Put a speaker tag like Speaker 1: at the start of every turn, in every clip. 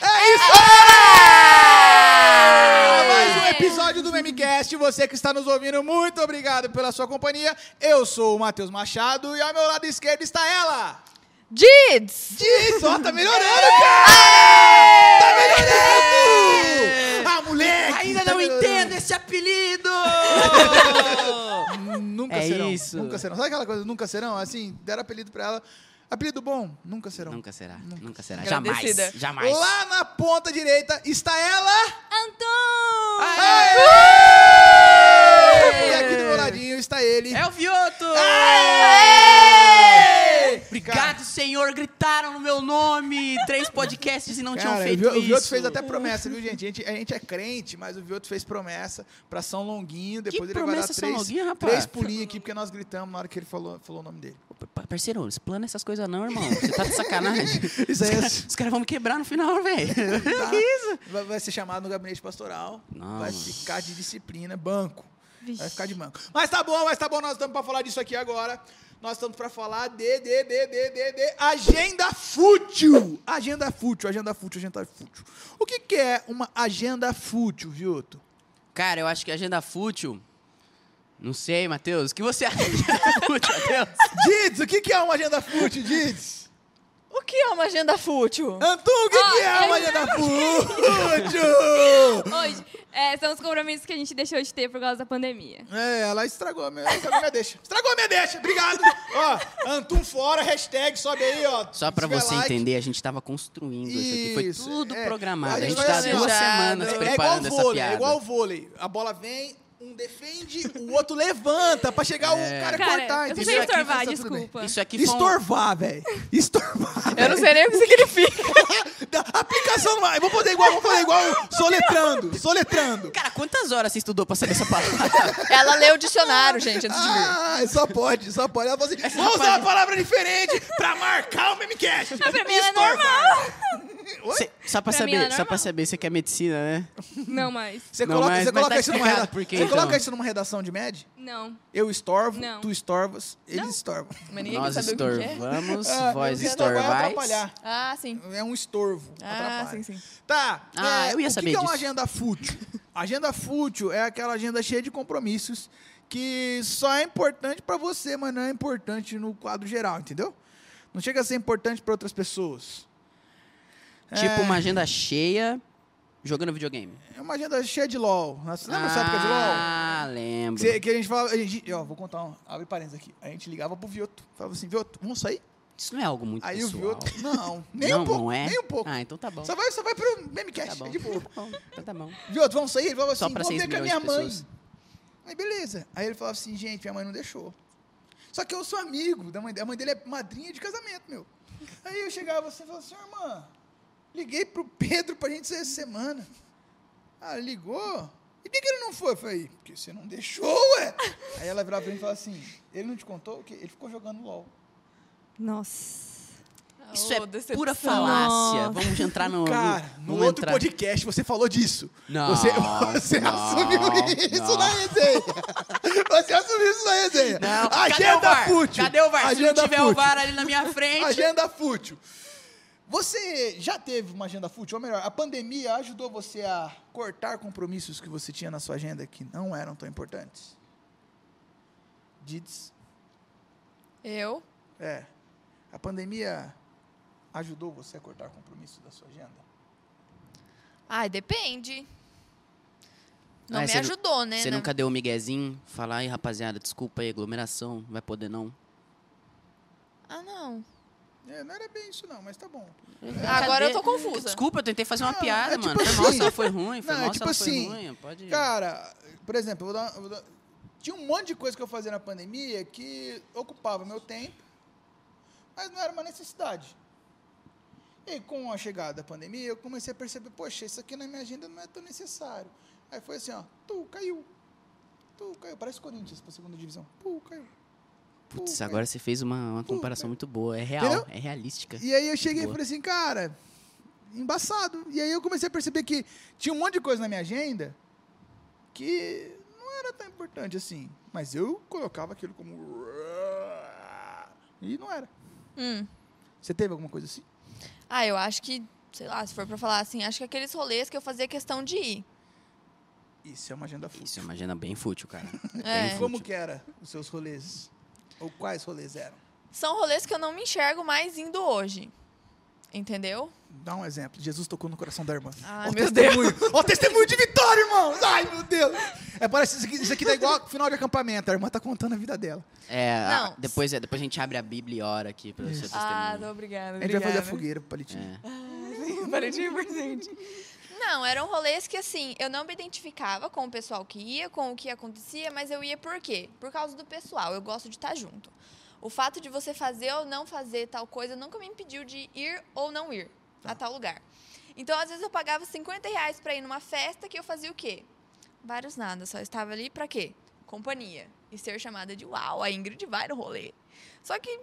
Speaker 1: É isso! Ah! Mais um episódio do Memecast. Você que está nos ouvindo, muito obrigado pela sua companhia. Eu sou o Matheus Machado e ao meu lado esquerdo está ela!
Speaker 2: Dids!
Speaker 1: Diz, ó, tá melhorando, cara! Tá melhorando! Ah, moleque!
Speaker 3: Ainda
Speaker 1: tá
Speaker 3: não
Speaker 1: melhorando.
Speaker 3: entendo esse apelido!
Speaker 1: Nunca
Speaker 3: É
Speaker 1: serão.
Speaker 3: isso.
Speaker 1: Nunca serão. Sabe aquela coisa, nunca serão? Assim, deram apelido pra ela. Apelido bom, nunca né? serão.
Speaker 3: nunca será, nunca será. Jamais,
Speaker 2: Agradecida.
Speaker 3: jamais.
Speaker 1: Lá na ponta direita está ela.
Speaker 2: Antônio!
Speaker 1: Aê! E aqui do meu ladinho está ele.
Speaker 3: É o Vioto!
Speaker 1: Cara,
Speaker 3: Obrigado, senhor! Gritaram no meu nome! Três podcasts e não tinham
Speaker 1: Cara,
Speaker 3: feito
Speaker 1: o Vi-
Speaker 3: isso.
Speaker 1: o Vioto fez até promessa, viu, gente? A gente, a gente é crente, mas o Vioto fez promessa pra São Longuinho. Depois ele vai dar
Speaker 3: promessa São
Speaker 1: três,
Speaker 3: Longuinho, rapaz?
Speaker 1: três pulinhos aqui, porque nós gritamos na hora que ele falou, falou o nome dele.
Speaker 3: Pa- Parceiro, não explana essas coisas não, irmão. Você tá de sacanagem.
Speaker 1: Isso aí
Speaker 3: Os
Speaker 1: é-
Speaker 3: caras cara vão me quebrar no final, velho.
Speaker 1: Tá? Vai, vai ser chamado no gabinete pastoral.
Speaker 3: Não,
Speaker 1: Vai
Speaker 3: mano.
Speaker 1: ficar de disciplina, banco. Vai ficar de banco. Mas tá bom, mas tá bom, nós estamos pra falar disso aqui agora. Nós estamos pra falar de, de, de, de, de, de agenda fútil. Agenda fútil, agenda fútil, agenda fútil. O que, que é uma agenda fútil, Vioto?
Speaker 3: Cara, eu acho que agenda fútil... Não sei, Matheus. O que você acha de agenda fútil, Matheus?
Speaker 1: Diz, o que, que é uma agenda fútil, diz?
Speaker 2: O que é uma agenda fútil?
Speaker 1: Antônio, o que, que é
Speaker 4: Ah,
Speaker 1: uma agenda fútil?
Speaker 4: Hoje, é, são os compromissos que a gente deixou de ter por causa da pandemia.
Speaker 1: É, ela estragou, a minha- estragou minha deixa. Estragou minha deixa, obrigado. ó, Antum fora, hashtag, sobe aí, ó.
Speaker 3: Só pra
Speaker 1: Se tiver
Speaker 3: você
Speaker 1: é like.
Speaker 3: entender, a gente tava construindo isso, aqui. Foi
Speaker 1: Isso,
Speaker 3: tudo
Speaker 1: é.
Speaker 3: programado. A
Speaker 1: Olha,
Speaker 3: gente
Speaker 1: olha
Speaker 3: tá há
Speaker 1: assim,
Speaker 3: duas
Speaker 1: ó.
Speaker 3: semanas
Speaker 1: É igual
Speaker 3: preparando essa
Speaker 1: vôlei,
Speaker 3: piada.
Speaker 1: é igual vôlei. A bola vem, um defende, o outro levanta pra chegar
Speaker 3: É.
Speaker 1: o cara,
Speaker 4: Cara,
Speaker 1: cortar.
Speaker 4: eu
Speaker 1: entendeu?
Speaker 4: não sei
Speaker 1: Isso aqui
Speaker 4: estorvar,
Speaker 1: tá tudo bem.
Speaker 4: desculpa.
Speaker 3: Isso aqui foi um-
Speaker 1: Estorvar, velho. Estorvar.
Speaker 2: Eu não sei nem o que significa.
Speaker 1: Da- Aplicação, eu vou fazer igual, vou fazer igual soletrando, soletrando.
Speaker 3: Cara, quantas horas você estudou pra saber essa
Speaker 1: é
Speaker 3: palavra?
Speaker 2: Ela leu o dicionário, gente, antes de vir.
Speaker 1: Ah, só pode, só pode. Ela falou assim, vamos usar uma palavra diferente pra marcar o memecast.
Speaker 2: Ah,
Speaker 4: Mas pra mim ela é
Speaker 1: Estorvar.
Speaker 3: Cê- só
Speaker 2: é
Speaker 3: pra,
Speaker 4: Pra mim
Speaker 3: saber,
Speaker 4: era
Speaker 3: só pra
Speaker 4: normal.
Speaker 3: saber, você quer medicina, né?
Speaker 4: Não mais.
Speaker 1: Você
Speaker 3: Não,
Speaker 1: coloca,
Speaker 3: mas-
Speaker 1: você
Speaker 3: mas
Speaker 1: coloca
Speaker 3: tá
Speaker 1: isso numa
Speaker 3: explicado
Speaker 1: reda-
Speaker 3: por quê,
Speaker 1: Você
Speaker 3: então.
Speaker 1: coloca isso numa redação de MED?
Speaker 4: Não.
Speaker 1: Eu estorvo,
Speaker 4: Não.
Speaker 1: tu estorvas, eles estorvam.
Speaker 2: Mas ninguém
Speaker 3: Nós
Speaker 2: quer saber o que que é.
Speaker 3: estorvamos,
Speaker 1: Ah,
Speaker 3: vós
Speaker 1: você não Vai
Speaker 3: estorvais.
Speaker 1: atrapalhar.
Speaker 2: Ah, sim.
Speaker 1: É um estorvo.
Speaker 2: Ah,
Speaker 1: atrapalha.
Speaker 2: sim, sim.
Speaker 1: Tá.
Speaker 3: Ah,
Speaker 1: é,
Speaker 3: eu ia
Speaker 1: o
Speaker 3: saber
Speaker 1: que que é uma
Speaker 3: disso.
Speaker 1: agenda fútil? agenda fútil é aquela agenda cheia de compromissos que só é importante pra você, mas não é importante no quadro geral, entendeu? Não chega a ser importante pra outras pessoas.
Speaker 3: Tipo uma agenda cheia jogando videogame.
Speaker 1: É uma agenda cheia de LOL. Você lembra dessa época é de LOL?
Speaker 3: Ah, lembro.
Speaker 1: Cê- que a gente falava, a gente, ó, vou contar um, abre parênteses aqui. A gente ligava pro Vioto, falava assim, Vioto, vamos sair?
Speaker 3: Isso não é algo muito
Speaker 1: Aí o
Speaker 3: pessoal.
Speaker 1: Vioto, não, nem
Speaker 3: não,
Speaker 1: um pouco,
Speaker 3: não é?
Speaker 1: nem um pouco.
Speaker 3: Ah, então tá bom.
Speaker 1: Só vai, só vai pro memecast,
Speaker 3: Tá
Speaker 1: é
Speaker 3: bom.
Speaker 1: de boa.
Speaker 3: Tá bom, então tá bom.
Speaker 1: Vioto, vamos sair? Ele falava
Speaker 3: Só
Speaker 1: assim,
Speaker 3: pra
Speaker 1: vou
Speaker 3: 6
Speaker 1: ver com a minha
Speaker 3: milhões de
Speaker 1: mãe.
Speaker 3: pessoas.
Speaker 1: Aí beleza. Aí ele falava assim, gente, minha mãe não deixou. Só que eu sou amigo da mãe dele. A mãe dele é madrinha de casamento, meu. Aí eu chegava assim e falava assim, irmã, liguei pro Pedro pra gente sair essa semana. Ah, ligou? E por que que ele não foi? Eu falei, porque você não deixou, ué. Aí ela virava pra mim e falava assim, ele não te contou? que Ele ficou jogando LOL.
Speaker 4: Nossa.
Speaker 3: Isso é
Speaker 2: Oh, decepção.
Speaker 3: pura falácia.
Speaker 4: Nossa.
Speaker 3: Vamos entrar no...
Speaker 1: Cara, no
Speaker 3: vamos
Speaker 1: outro
Speaker 3: entrar...
Speaker 1: podcast você falou disso.
Speaker 3: Não,
Speaker 1: Você, você
Speaker 3: não,
Speaker 1: assumiu isso
Speaker 3: não.
Speaker 1: na resenha. Você assumiu isso na resenha.
Speaker 3: Não, cadê o
Speaker 1: Agenda
Speaker 3: VAR?
Speaker 1: fútil.
Speaker 3: Cadê o VAR? Se
Speaker 1: Agenda
Speaker 3: não tiver
Speaker 1: fútil.
Speaker 3: o VAR ali na minha frente...
Speaker 1: Agenda fútil. Você já teve uma agenda fútil? Ou melhor, a pandemia ajudou você a cortar compromissos que você tinha na sua agenda que não eram tão importantes? Dids?
Speaker 2: Eu?
Speaker 1: É. A pandemia ajudou você a cortar compromissos da sua agenda?
Speaker 2: Ai, depende. Não
Speaker 3: Ah,
Speaker 2: me
Speaker 3: você nu-
Speaker 2: ajudou, né?
Speaker 3: Você
Speaker 2: na-
Speaker 3: nunca deu um miguezinho? Falar, aí, rapaziada, desculpa aí, aglomeração, não vai poder não.
Speaker 2: Ah, não.
Speaker 1: É, não era bem isso não, mas tá bom.
Speaker 2: Agora eu
Speaker 3: Cadê?
Speaker 2: tô confusa.
Speaker 3: Desculpa, eu tentei fazer uma
Speaker 1: Não,
Speaker 3: piada,
Speaker 1: é tipo
Speaker 3: mano. Foi
Speaker 1: assim.
Speaker 3: mal, se ela foi ruim, foi
Speaker 1: Não, é
Speaker 3: mal, se
Speaker 1: tipo
Speaker 3: ela foi
Speaker 1: assim,
Speaker 3: ruim. Pode...
Speaker 1: Cara, por exemplo, eu vou dar- eu vou dar- tinha um monte de coisa que eu fazia na pandemia que ocupava meu tempo, mas não era uma necessidade. E aí, com a chegada da pandemia, eu comecei a perceber, poxa, isso aqui na minha agenda não é tão necessário. Aí foi assim, ó, tu caiu. Tu caiu, parece Corinthians pra segunda divisão. Tu caiu. Tu
Speaker 3: Putz,
Speaker 1: caiu.
Speaker 3: agora você fez uma, uma comparação muito boa. É real,
Speaker 1: Entendeu?
Speaker 3: é realística.
Speaker 1: E aí eu cheguei e
Speaker 3: Boa.
Speaker 1: falei assim, cara, embaçado. E aí eu comecei a perceber que tinha um monte de coisa na minha agenda que não era tão importante assim. Mas eu colocava aquilo como. E não era.
Speaker 2: Hum.
Speaker 1: Você teve alguma coisa assim?
Speaker 2: Ah, eu acho que sei lá, se for pra falar assim, acho que aqueles rolês que eu fazia questão de ir.
Speaker 1: Isso é uma agenda fútil.
Speaker 3: Isso é uma agenda bem fútil, cara.
Speaker 2: É.
Speaker 3: Bem
Speaker 1: Como
Speaker 3: fútil.
Speaker 1: que era os seus rolês? Ou quais rolês eram?
Speaker 2: São rolês que eu não me enxergo mais indo hoje. Entendeu?
Speaker 1: Dá um exemplo. Jesus tocou no coração da irmã.
Speaker 2: Ai,
Speaker 1: Ó o
Speaker 2: meu
Speaker 1: testemunho. Ó o testemunho de vitória, irmão. Ai, meu Deus. É, parece isso aqui, isso aqui tá igual final de acampamento. A irmã tá contando a vida dela.
Speaker 3: É, a-
Speaker 2: Não.
Speaker 3: depois, é, depois a gente abre a Bíblia e ora aqui pra você
Speaker 2: Ah,
Speaker 3: testemunho.
Speaker 2: tô obrigada.
Speaker 1: A gente vai fazer a fogueira pro palitinho.
Speaker 3: É.
Speaker 2: Não, eram rolês que, assim, eu não me identificava com o pessoal que ia, com o que acontecia, mas eu ia por quê? Por causa do pessoal, eu gosto de estar junto. O fato de você fazer ou não fazer tal coisa nunca me impediu de ir ou não ir a tal lugar. Então, às vezes, eu pagava 50 reais pra ir numa festa que eu fazia o quê? Vários nada, só estava ali pra quê? Companhia. E ser chamada de, uau, a Ingrid vai no rolê. Só que,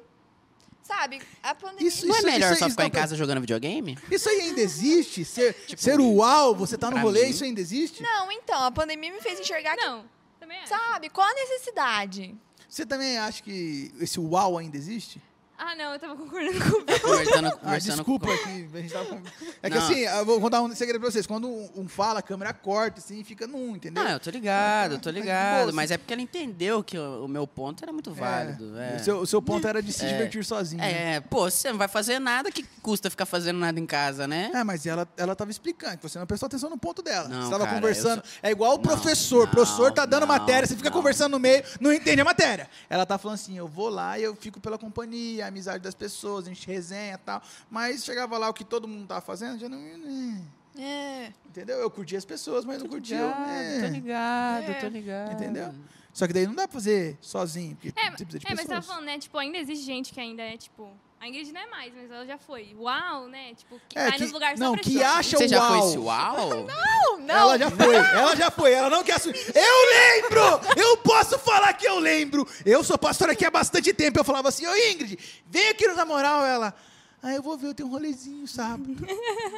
Speaker 2: sabe, a pandemia...
Speaker 1: Isso-
Speaker 3: Não é
Speaker 1: isso-
Speaker 3: melhor
Speaker 1: isso-
Speaker 3: só
Speaker 1: isso
Speaker 3: ficar
Speaker 1: não
Speaker 3: em
Speaker 1: tem-
Speaker 3: casa jogando videogame?
Speaker 1: Isso aí ainda existe? Ser, ser uau, você tá no
Speaker 3: Pra
Speaker 1: rolê,
Speaker 3: Tipo, mim-
Speaker 1: isso ainda existe?
Speaker 2: Não, então, a pandemia me fez enxergar que
Speaker 4: Não, também é. acho.
Speaker 2: Sabe? Qual a necessidade?
Speaker 1: Você também acha que esse uau ainda existe?
Speaker 4: Ah, não, eu tava concordando com o Bill.
Speaker 3: Conversando,
Speaker 1: Ah,
Speaker 3: conversando
Speaker 1: desculpa, que a gente tava com... É que
Speaker 3: Não.
Speaker 1: assim, eu vou contar um segredo pra vocês. Quando um um fala, a câmera corta, assim, e fica num, entendeu?
Speaker 3: Não, Ah, eu tô ligado, eu
Speaker 1: Tá
Speaker 3: tô
Speaker 1: de
Speaker 3: ligado.
Speaker 1: boa,
Speaker 3: Mas é porque ela entendeu que o, o meu ponto era muito válido.
Speaker 1: É.
Speaker 3: É.
Speaker 1: O, seu, o seu ponto era de se
Speaker 3: É.
Speaker 1: divertir sozinho. né?
Speaker 3: É, pô, você não vai fazer nada que custa ficar fazendo nada em casa, né?
Speaker 1: É, mas ela, ela tava explicando que você não prestou atenção no ponto dela.
Speaker 3: Não,
Speaker 1: você tava
Speaker 3: cara,
Speaker 1: conversando.
Speaker 3: eu
Speaker 1: É igual o
Speaker 3: Não,
Speaker 1: professor. O
Speaker 3: não,
Speaker 1: professor tá dando
Speaker 3: não,
Speaker 1: matéria, você fica
Speaker 3: não.
Speaker 1: conversando no meio, não entende a matéria. Ela tá falando assim: eu vou lá e eu fico pela companhia, a amizade das pessoas, a gente resenha e tal. Mas chegava lá o que todo mundo tava fazendo, já não.
Speaker 2: É.
Speaker 1: Entendeu? Eu curti as pessoas, mas não curti eu.
Speaker 3: Tô
Speaker 1: É,
Speaker 3: ligado, tô ligado.
Speaker 1: entendeu? Só que daí não dá pra fazer sozinho, porque
Speaker 4: É,
Speaker 1: você precisa de
Speaker 4: é, mas você tava
Speaker 1: pessoas.
Speaker 4: falando, né? Tipo, ainda existe gente que ainda é, tipo... A Ingrid não é mais, mas ela já foi. Uau, né? Tipo, que
Speaker 1: É,
Speaker 4: vai
Speaker 1: que-
Speaker 4: nos lugares
Speaker 1: não,
Speaker 4: só pra
Speaker 1: que
Speaker 4: isso.
Speaker 1: acha-
Speaker 3: Você já foi
Speaker 1: Uau.
Speaker 3: esse uau?
Speaker 2: Não, não.
Speaker 1: Ela já foi, ela já foi, ela não quer assumir. Eu lembro! Eu posso falar que eu lembro! Eu sou pastora aqui há bastante tempo. Eu falava assim, ô Ingrid, vem aqui no Na Moral, ela. Ah, eu vou ver, eu tenho um rolezinho, sabe?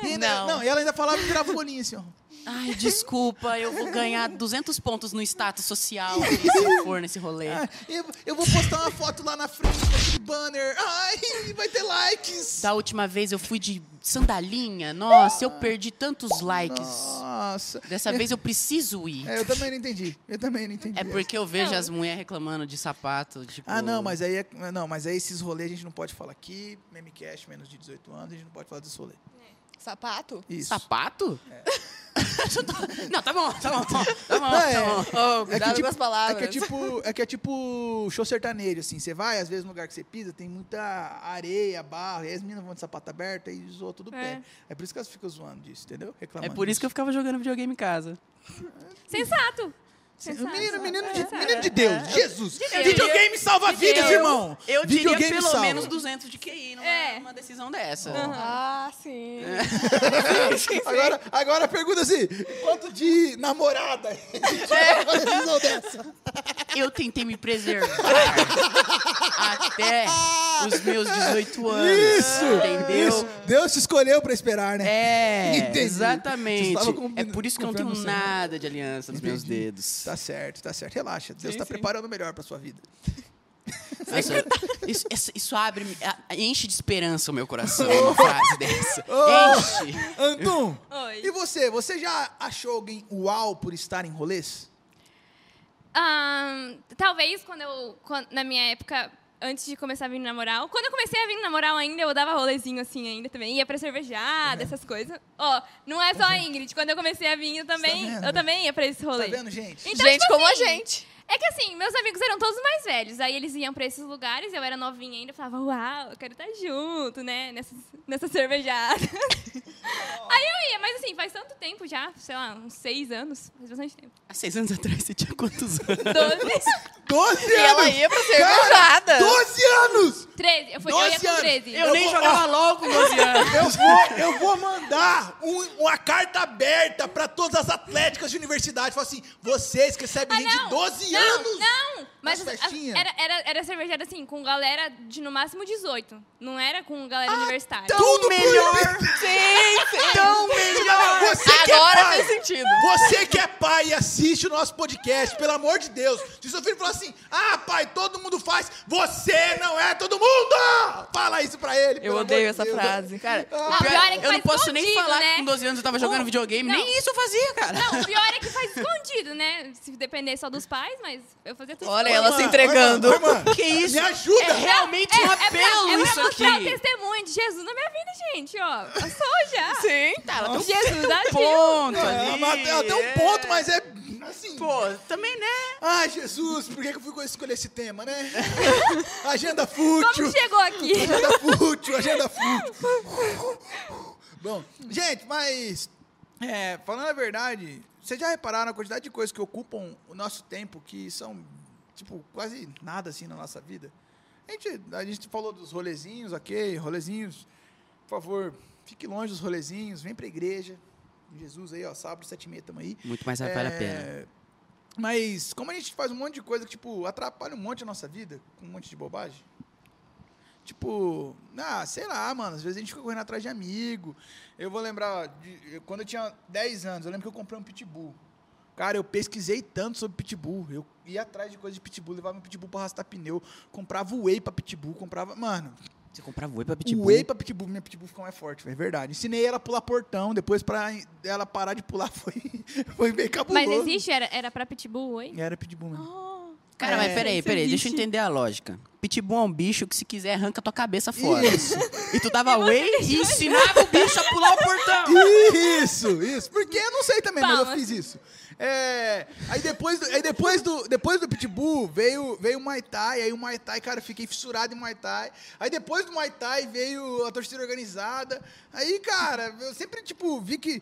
Speaker 1: E ainda-
Speaker 2: Não.
Speaker 1: não, e ela ainda falava e virava o bolinho assim, ó.
Speaker 3: Ai, desculpa, eu vou ganhar 200 pontos no status social se eu for nesse rolê.
Speaker 1: Ah, eu, eu vou postar uma foto lá na frente com aquele banner. Ai, vai ter likes.
Speaker 3: Da última vez eu fui de sandalinha, nossa, eu perdi tantos likes.
Speaker 1: Nossa.
Speaker 3: Dessa vez eu preciso ir.
Speaker 1: É, eu também não entendi. Eu também não entendi.
Speaker 3: É porque eu vejo
Speaker 4: Não.
Speaker 3: as mulheres reclamando de sapato, tipo...
Speaker 1: Ah, não, mas aí é- não, mas aí esses rolês a gente não pode falar aqui, memecast menos de 18 anos, a gente não pode falar desse rolê.
Speaker 2: É Sapato?
Speaker 1: Isso.
Speaker 3: Sapato?
Speaker 1: É.
Speaker 3: não, tá bom, tá bom, tá bom, tá bom.
Speaker 1: Não, é.
Speaker 3: Ô,
Speaker 1: É
Speaker 3: cuidado
Speaker 1: que,
Speaker 3: com
Speaker 1: tipo,
Speaker 3: as
Speaker 1: é
Speaker 3: palavras.
Speaker 1: que é tipo, é que é tipo show sertanejo, assim. Você vai, às vezes, no lugar que você pisa, tem muita areia, barro, e aí as meninas vão de sapato aberto e zoa tudo o
Speaker 4: É.
Speaker 1: pé. É por isso que elas ficam zoando disso, entendeu?
Speaker 3: É
Speaker 1: Reclamando.
Speaker 3: por isso que eu ficava jogando videogame em casa.
Speaker 4: Sensato.
Speaker 1: disso. Menino, menino, de,
Speaker 4: Sensato.
Speaker 1: menino de
Speaker 3: É.
Speaker 1: Deus, Jesus!
Speaker 4: Deus.
Speaker 1: Videogame salva vidas, irmão!
Speaker 3: Eu diria
Speaker 1: Videogame
Speaker 3: pelo
Speaker 1: salva.
Speaker 3: menos 200 de QI numa,
Speaker 4: É.
Speaker 3: numa decisão dessa.
Speaker 2: Ah, sim.
Speaker 1: É. Agora, agora pergunta assim: quanto de namorada? É. Uma decisão dessa.
Speaker 3: Eu tentei me preservar até os meus 18 anos.
Speaker 1: Isso!
Speaker 3: Ah, Entendeu?
Speaker 1: Isso. Deus te escolheu pra esperar, né?
Speaker 3: É,
Speaker 1: Entendi. Você
Speaker 3: exatamente.
Speaker 1: estava com-
Speaker 3: É por isso que eu não tenho
Speaker 1: comprando você.
Speaker 3: nada de aliança nos meus
Speaker 1: Entendi.
Speaker 3: dedos.
Speaker 1: Tá certo, tá certo. Relaxa. Deus
Speaker 3: Sim,
Speaker 1: tá
Speaker 3: sim.
Speaker 1: preparando o melhor pra sua vida.
Speaker 3: Nossa, isso, isso- isso abre, a- enche de esperança o meu coração, uma frase dessa. Enche.
Speaker 1: Antum!
Speaker 4: Oi.
Speaker 1: E você? Você já achou alguém uau por estar em rolês?
Speaker 4: Ahn, talvez quando eu. quan- na minha época, antes de começar a vir na moral. Quando eu comecei a vir na moral ainda, eu dava rolezinho assim ainda também. Ia pra cervejada, essas coisas. Ó, não é só a Ingrid. Quando eu comecei a vir, eu também,
Speaker 1: Uhum. Você tá vendo?
Speaker 4: eu também ia pra esse rolê.
Speaker 1: Tá vendo, gente?
Speaker 4: Então,
Speaker 2: gente
Speaker 4: tipo
Speaker 2: como
Speaker 4: assim,
Speaker 2: a gente.
Speaker 4: É que assim, meus amigos eram todos mais velhos. Aí eles iam pra esses lugares, eu era novinha ainda, eu falava, uau, eu quero estar junto, né? Nessa, nessa cervejada. Aí eu ia, mas assim, faz tanto tempo já, sei lá, uns seis anos, faz bastante tempo.
Speaker 3: Há seis anos atrás você tinha quantos anos?
Speaker 4: Doze.
Speaker 1: 12
Speaker 2: E ela ia pra cervejada.
Speaker 1: 12 anos!
Speaker 4: 13, eu, fui, eu ia
Speaker 1: Doze
Speaker 4: com
Speaker 1: anos.
Speaker 4: 13.
Speaker 3: Eu, nem
Speaker 1: vou-
Speaker 3: jogava LOL com 12 anos.
Speaker 1: Eu vou, eu vou mandar um- uma carta aberta pra todas as atléticas de universidade. Falar assim, vocês que recebem
Speaker 4: Ah,
Speaker 1: gente de
Speaker 4: não,
Speaker 1: 12
Speaker 4: não,
Speaker 1: anos!
Speaker 4: Não, mas
Speaker 1: Nossa,
Speaker 4: a-
Speaker 1: festinha.
Speaker 4: era, era, era cervejada assim, com galera de no máximo 18. Não era com galera
Speaker 1: Ah, então
Speaker 4: universitária.
Speaker 1: Tudo melhor!
Speaker 2: Sim, sim.
Speaker 3: Então,
Speaker 1: Você que é
Speaker 2: Agora
Speaker 1: pai!
Speaker 2: fez sentido. sentido.
Speaker 5: Você que é pai e assiste o nosso podcast, pelo amor de Deus. Se seu filho falar assim, ah, pai, todo mundo faz, você não é todo mundo! Fala isso pra ele,
Speaker 2: Eu
Speaker 5: pelo amor
Speaker 2: odeio
Speaker 5: de
Speaker 2: essa
Speaker 5: Deus. Ah,
Speaker 2: frase.
Speaker 3: Cara, o
Speaker 4: o pior é que
Speaker 3: eu não
Speaker 4: faz
Speaker 3: posso nem
Speaker 4: escondido,
Speaker 3: falar
Speaker 4: né?
Speaker 3: que com 12 anos eu tava jogando videogame.
Speaker 4: não.
Speaker 3: Nem isso eu fazia, cara.
Speaker 4: Não, o pior é que faz escondido, né? Se depender só dos pais, mas eu fazia tudo.
Speaker 2: Olha
Speaker 4: escondido.
Speaker 2: ela se entregando.
Speaker 5: Ô, irmã,
Speaker 3: Que isso?
Speaker 5: Me ajuda!
Speaker 3: É realmente um
Speaker 4: É pra,
Speaker 3: apelo
Speaker 4: é pra
Speaker 3: isso
Speaker 4: mostrar o
Speaker 3: aqui.
Speaker 4: testemunho de Jesus na minha vida, gente, ó. Passou já.
Speaker 2: Sim.
Speaker 3: Tá, ela tem um
Speaker 4: Jesus agiu.
Speaker 3: ponto
Speaker 5: É,
Speaker 3: ali.
Speaker 5: mas- ela tem um
Speaker 3: é.
Speaker 5: ponto, mas é assim.
Speaker 3: Pô, também, né?
Speaker 5: Ah, Jesus, por que que eu fui escolher esse tema, né? Agenda fútil.
Speaker 4: Como chegou aqui?
Speaker 5: Agenda fútil, agenda fútil. Bom,
Speaker 1: Gente, mas. é, falando a verdade, vocês já repararam a quantidade de coisas que ocupam o nosso tempo, que são, tipo, quase nada assim na nossa vida? A gente, a gente falou dos rolezinhos, ok? Rolezinhos, por favor, fique longe dos rolezinhos, vem pra igreja. Jesus aí, ó, sábado, sete e meia, tamo aí.
Speaker 3: Muito mais
Speaker 1: É, Mas como a gente faz um monte de coisa que, tipo, atrapalha um monte a nossa vida, com um monte de bobagem. Tipo, ah, sei lá, mano, às vezes a gente fica correndo atrás de amigo. Eu vou lembrar, de- quando eu tinha 10 anos, eu lembro que eu comprei um pitbull. Cara, eu pesquisei tanto sobre pitbull. Eu ia atrás de coisa de pitbull, levava um pitbull pra arrastar pneu, comprava whey pra pitbull, comprava. Mano,
Speaker 3: Você comprava whey pra
Speaker 1: o
Speaker 3: pitbull?
Speaker 1: Whey pra Pitbull, minha Pitbull ficou mais forte, é verdade. Ensinei ela a pular portão, depois pra ela parar de pular foi, foi bem cabuloso.
Speaker 4: Mas existe? Era, era pra Pitbull, oi?
Speaker 1: Era Pitbull mesmo.
Speaker 3: Cara, mas peraí, peraí, deixa eu entender a lógica. Pitbull é um bicho que se quiser arranca tua cabeça fora. E tu dava whey e ensinava o bicho a pular o portão.
Speaker 1: Isso, isso. Porque eu não sei também, mas eu
Speaker 4: Palmas.
Speaker 1: fiz isso. É, aí depois, do, aí depois, do, depois do Pitbull veio, veio o Muay Thai, aí o Muay Thai, cara, eu fiquei fissurado em Muay Thai. Aí depois do Muay Thai veio a torcida organizada. Aí, cara, eu sempre, tipo, vi que.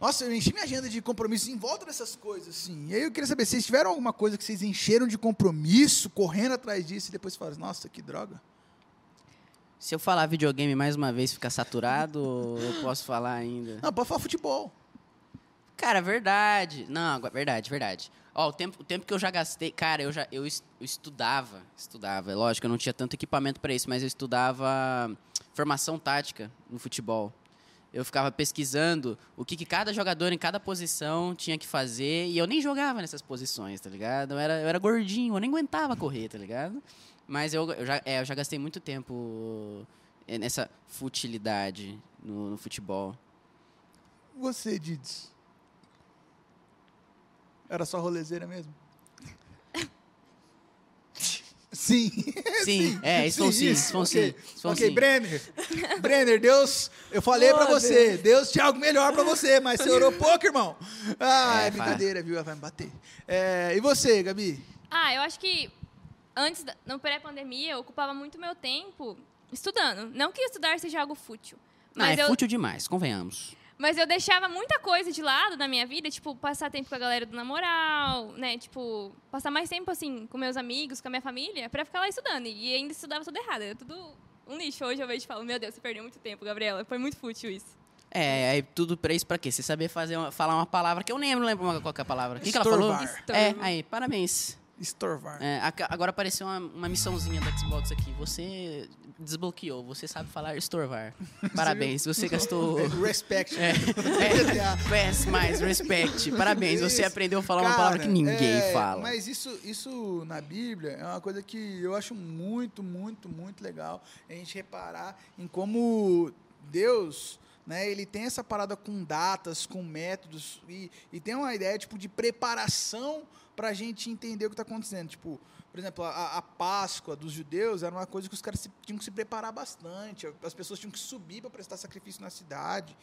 Speaker 1: Nossa, eu enchi minha agenda de compromissos em volta dessas coisas, assim. E aí eu queria saber, vocês tiveram alguma coisa que vocês encheram de compromisso, correndo atrás disso, e depois falaram, nossa, que droga?
Speaker 3: Se eu falar videogame mais uma vez, fica saturado ou eu posso falar ainda?
Speaker 1: Não, pode falar futebol.
Speaker 3: Cara, verdade. Não, agora- verdade, verdade. Ó, o tempo, o tempo que eu já gastei, cara, eu já eu, es- eu estudava, estudava. É lógico, eu não tinha tanto equipamento pra isso, mas eu estudava formação tática no futebol. Eu ficava pesquisando o que, que cada jogador em cada posição tinha que fazer, e eu nem jogava nessas posições, tá ligado? Eu era, eu era gordinho, eu nem aguentava correr, tá ligado? Mas eu, eu já, é, eu já gastei muito tempo eh, nessa futilidade no- no futebol.
Speaker 1: Você, Dids. Era só rolezeira mesmo? Sim.
Speaker 3: Sim, é, isso foi um sim, isso foi um sim.
Speaker 1: ok.
Speaker 3: isso foi um
Speaker 1: ok,
Speaker 3: sim.
Speaker 1: Brenner. Brenner, Deus, eu falei pra você, Deus. tinha algo melhor pra você, mas você orou pouco, irmão. Ah, é,
Speaker 3: É,
Speaker 1: brincadeira, viu? Ela vai me bater. É, e você, Gabi?
Speaker 4: Ah, eu acho que antes, da, no pré-pandemia, eu ocupava muito meu tempo estudando. Não que estudar seja algo fútil.
Speaker 3: Não,
Speaker 4: Mas,
Speaker 3: é
Speaker 4: eu,
Speaker 3: fútil demais, convenhamos.
Speaker 4: mas eu deixava muita coisa de lado na minha vida, tipo, passar tempo com a galera do namoral, né? Tipo, passar mais tempo, assim, com meus amigos, com a minha família, pra ficar lá estudando. E ainda estudava tudo errado, era tudo um lixo. Hoje eu vejo e falo, meu Deus, você perdeu muito tempo, Gabriela. Foi muito fútil isso.
Speaker 3: É, aí tudo pra isso pra quê? Você saber fazer uma- falar uma palavra que eu nem lembro uma, qual que é a palavra. O que, que ela falou?
Speaker 1: Estorvar.
Speaker 3: É, aí, parabéns.
Speaker 1: Estorvar.
Speaker 3: É, aca- agora apareceu uma, uma missãozinha da Xbox aqui. Você desbloqueou, você sabe falar estorvar. Parabéns, você gastou.
Speaker 1: Respect.
Speaker 3: É, é, PS mais respect. Parabéns, você
Speaker 1: Isso.
Speaker 3: aprendeu a falar uma
Speaker 1: Cara,
Speaker 3: palavra que ninguém
Speaker 1: é,
Speaker 3: fala.
Speaker 1: Mas isso, isso na Bíblia é uma coisa que eu acho muito, muito, muito legal a gente reparar em como Deus. Né, ele tem essa parada com datas, com métodos e, e tem uma ideia tipo de preparação para a gente entender o que está acontecendo. Tipo, por exemplo, a, a Páscoa dos judeus era uma coisa que os caras se- tinham que se preparar bastante. As pessoas tinham que subir para prestar sacrifício na cidade.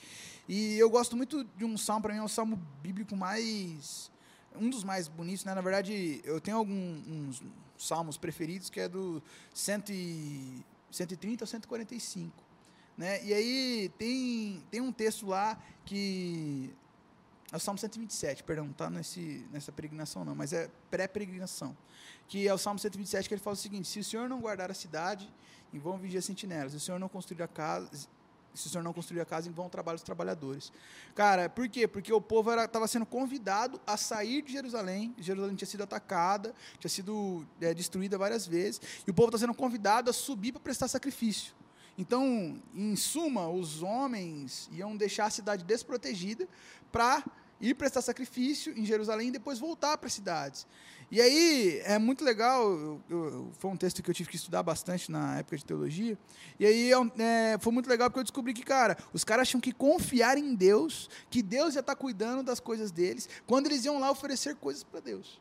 Speaker 1: E eu gosto muito de um salmo, para mim é o salmo bíblico mais. Um dos mais bonitos, né? Na verdade, eu tenho alguns salmos preferidos, que é do cento e- 130 ao 145. Né? E aí tem, tem um texto lá que. É o Salmo 127, perdão, não tá nesse, nessa peregrinação não, mas é pré-peregrinação. Que é o Salmo 127 que ele fala o seguinte: Se o senhor não guardar a cidade, em vão vigiar sentinelas. Se o senhor não construir a casa, se o senhor não construir a casa, em vão trabalhar os trabalhadores. Cara, por quê? Porque o povo estava sendo convidado a sair de Jerusalém. Jerusalém tinha sido atacada, tinha sido é, destruída várias vezes. E o povo está sendo convidado a subir para prestar sacrifício. Então, em suma, os homens iam deixar a cidade desprotegida para ir prestar sacrifício em Jerusalém e depois voltar para as cidades. E aí é muito legal, eu- eu- foi um texto que eu tive que estudar bastante na época de teologia, e aí é um- é, foi muito legal porque eu descobri que, cara, os caras tinham que confiar em Deus, que Deus ia estar cuidando das coisas deles, quando eles iam lá oferecer coisas para Deus.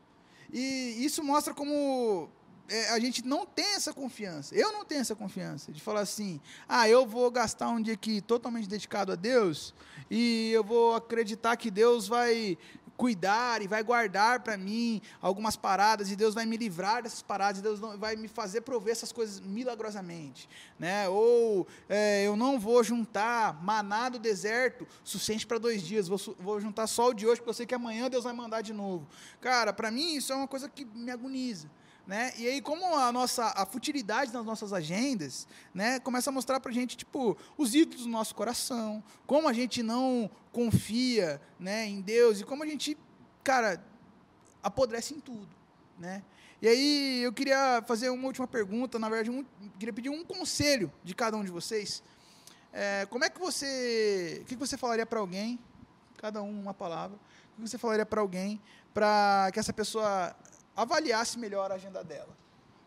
Speaker 1: E isso mostra como é, a gente não tem essa confiança. Eu não tenho essa confiança de falar assim: ah, eu vou gastar um dia aqui totalmente dedicado a Deus e eu vou acreditar que Deus vai cuidar e vai guardar para mim algumas paradas e Deus vai me livrar dessas paradas e Deus não- vai me fazer prover essas coisas milagrosamente, né? Ou é, eu não vou juntar maná do deserto suficiente para dois dias, vou, su- vou juntar só o de hoje porque eu sei que amanhã Deus vai mandar de novo. Cara, para mim isso é uma coisa que me agoniza. Né? E aí, como a nossa a futilidade das nossas agendas né, começa a mostrar pra gente tipo, os ídolos do nosso coração, como a gente não confia né, em Deus e como a gente, cara, apodrece em tudo. Né? E aí, eu queria fazer uma última pergunta, na verdade, um, queria pedir um conselho de cada um de vocês. É, como é que você. O que que você falaria para alguém? Cada um uma palavra. O que você falaria para alguém para que essa pessoa avaliasse melhor a agenda dela?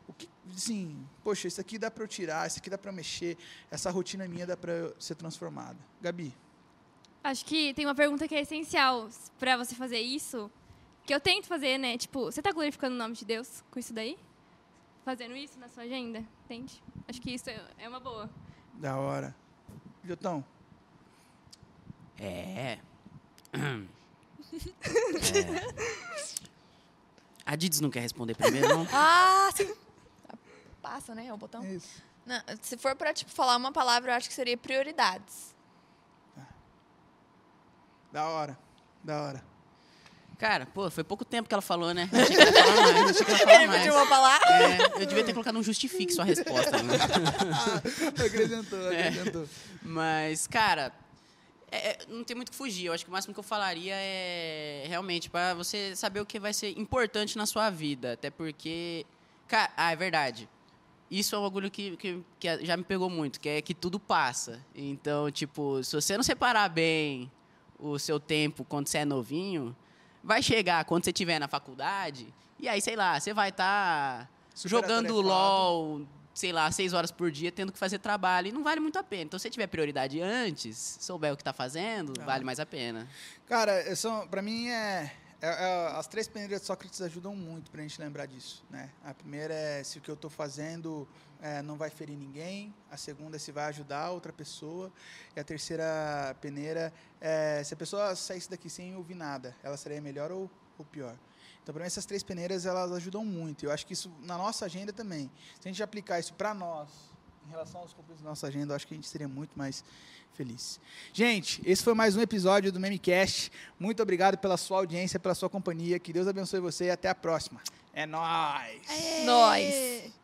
Speaker 1: O que, assim, poxa, isso aqui dá para eu tirar, isso aqui dá para mexer, essa rotina minha dá para ser transformada. Gabi,
Speaker 4: Acho que tem uma pergunta que é essencial pra você fazer isso, que eu tento fazer, né? Tipo, você tá glorificando o nome de Deus com isso daí? Fazendo isso na sua agenda? Entende? Acho que isso é- é uma boa.
Speaker 1: da hora. Jotão,
Speaker 3: É. A Dids não quer responder primeiro, não?
Speaker 2: Ah, sim. Passa, né? O botão.
Speaker 1: é isso.
Speaker 2: Não, se for pra, tipo, falar uma palavra, eu acho que seria prioridades.
Speaker 1: Da hora, da hora.
Speaker 3: Cara, pô, foi pouco tempo que ela falou, né? Eu achei que ela ia falar mais, eu achei que ela ia falar
Speaker 2: Ele pediu
Speaker 3: mais.
Speaker 2: uma palavra.
Speaker 3: É, eu devia ter colocado um justifique sua resposta. Né?
Speaker 1: acrescentou, acrescentou.
Speaker 3: É. Mas, cara, é- é, não tem muito o que fugir. Eu acho que o máximo que eu falaria é realmente para você saber o que vai ser importante na sua vida. Até porque. Cara, ah, é verdade. Isso é um bagulho que, que, que já me pegou muito, que é que tudo passa. Então, tipo, se você não separar bem o seu tempo quando você é novinho, vai chegar quando você estiver na faculdade, e aí, sei lá, você vai tá estar
Speaker 1: Super
Speaker 3: jogando
Speaker 1: atarefado.
Speaker 3: LOL, sei lá, seis horas por dia, tendo que fazer trabalho, e não vale muito a pena. Então, se você tiver prioridade antes, souber o que tá fazendo, vale mais a pena.
Speaker 1: Cara, é, são, pra mim é, é- é- As três peneiras de Sócrates ajudam muito pra gente lembrar disso. Né? A primeira é se o que eu tô fazendo é, não vai ferir ninguém. A segunda é se vai ajudar outra pessoa. E a terceira peneira é se a pessoa saísse daqui sem ouvir nada, ela seria melhor ou, ou pior. Então, pra mim, essas três peneiras elas ajudam muito. Eu acho que isso na nossa agenda também. Se a gente aplicar isso pra nós, em relação aos compromissos da nossa agenda, eu acho que a gente seria muito mais feliz. Gente, esse foi mais um episódio do Memecast. Muito obrigado pela sua audiência, pela sua companhia. Que Deus abençoe você e até a próxima. É nóis!
Speaker 2: Nós.